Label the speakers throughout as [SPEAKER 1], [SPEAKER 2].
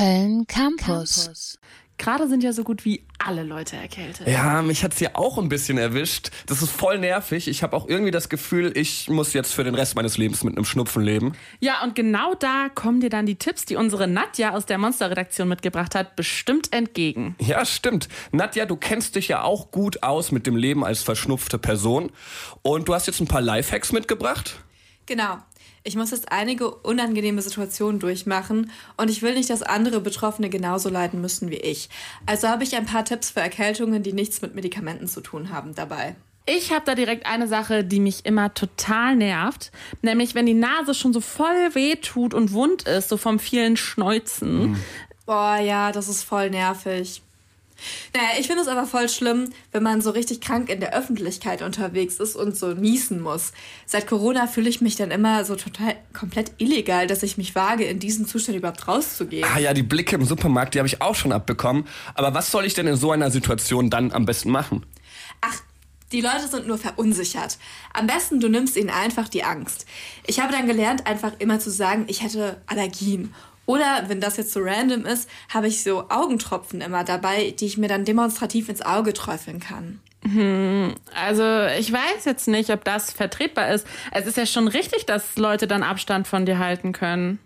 [SPEAKER 1] Köln Campus.
[SPEAKER 2] Gerade sind ja so gut wie alle Leute erkältet.
[SPEAKER 3] Ja, mich hat's ja auch ein bisschen erwischt. Das ist voll nervig. Ich habe auch irgendwie das Gefühl, ich muss jetzt für den Rest meines Lebens mit einem Schnupfen leben.
[SPEAKER 2] Ja, und genau da kommen dir dann die Tipps, die unsere Nadja aus der Monsterredaktion mitgebracht hat, bestimmt entgegen.
[SPEAKER 3] Ja, stimmt. Nadja, du kennst dich ja auch gut aus mit dem Leben als verschnupfte Person. Und du hast jetzt ein paar Lifehacks mitgebracht?
[SPEAKER 4] Genau. Ich muss jetzt einige unangenehme Situationen durchmachen und ich will nicht, dass andere Betroffene genauso leiden müssen wie ich. Also habe ich ein paar Tipps für Erkältungen, die nichts mit Medikamenten zu tun haben dabei.
[SPEAKER 2] Ich habe da direkt eine Sache, die mich immer total nervt, nämlich wenn die Nase schon so voll weh tut und wund ist, so vom vielen Schneuzen.
[SPEAKER 4] Boah, ja, das ist voll nervig. Naja, ich finde es aber voll schlimm, wenn man so richtig krank in der Öffentlichkeit unterwegs ist und so niesen muss. Seit Corona fühle ich mich dann immer so total komplett illegal, dass ich mich wage, in diesem Zustand überhaupt rauszugehen.
[SPEAKER 3] Ah ja, die Blicke im Supermarkt, die habe ich auch schon abbekommen. Aber was soll ich denn in so einer Situation dann am besten machen?
[SPEAKER 4] Ach, die Leute sind nur verunsichert. Am besten, du nimmst ihnen einfach die Angst. Ich habe dann gelernt, einfach immer zu sagen, ich hätte Allergien. Oder wenn das jetzt so random ist, habe ich so Augentropfen immer dabei, die ich mir dann demonstrativ ins Auge träufeln kann.
[SPEAKER 2] Also ich weiß jetzt nicht, ob das vertretbar ist. Es ist ja schon richtig, dass Leute dann Abstand von dir halten können.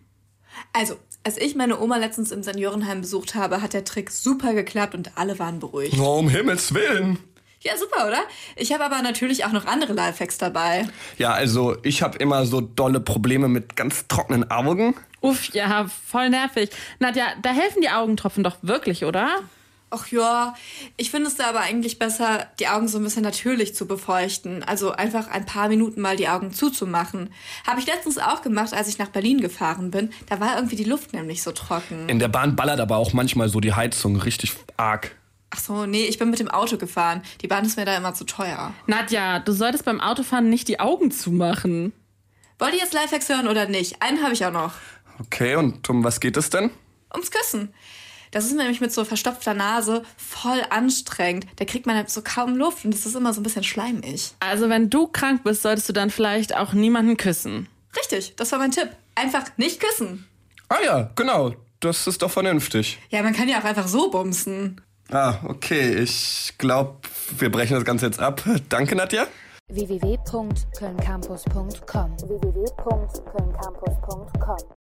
[SPEAKER 4] Also, als ich meine Oma letztens im Seniorenheim besucht habe, hat der Trick super geklappt und alle waren beruhigt.
[SPEAKER 3] Oh, um Himmels Willen!
[SPEAKER 4] Ja, super, oder? Ich habe aber natürlich auch noch andere Lifehacks dabei.
[SPEAKER 3] Ja, also ich habe immer so dolle Probleme mit ganz trockenen Augen.
[SPEAKER 2] Uff, ja, voll nervig. Nadja, da helfen die Augentropfen doch wirklich, oder?
[SPEAKER 4] Ach ja, ich finde es da aber eigentlich besser, die Augen so ein bisschen natürlich zu befeuchten. Also einfach ein paar Minuten mal die Augen zuzumachen. Habe ich letztens auch gemacht, als ich nach Berlin gefahren bin. Da war irgendwie die Luft nämlich so trocken.
[SPEAKER 3] In der Bahn ballert aber auch manchmal so die Heizung richtig arg.
[SPEAKER 4] Ach so, nee, ich bin mit dem Auto gefahren. Die Bahn ist mir da immer zu teuer.
[SPEAKER 2] Nadja, du solltest beim Autofahren nicht die Augen zumachen.
[SPEAKER 4] Wollt ihr jetzt Lifehacks hören oder nicht? Einen habe ich auch noch.
[SPEAKER 3] Okay, und um was geht es denn?
[SPEAKER 4] Ums Küssen. Das ist nämlich mit so verstopfter Nase voll anstrengend. Da kriegt man halt so kaum Luft und das ist immer so ein bisschen schleimig.
[SPEAKER 2] Also wenn du krank bist, solltest du dann vielleicht auch niemanden küssen.
[SPEAKER 4] Richtig, das war mein Tipp. Einfach nicht küssen.
[SPEAKER 3] Ah ja, genau. Das ist doch vernünftig.
[SPEAKER 4] Ja, man kann ja auch einfach so bumsen.
[SPEAKER 3] Ah, okay. Ich glaube, wir brechen das Ganze jetzt ab. Danke, Nadja.
[SPEAKER 1] www.kölncampus.com www.kölncampus.com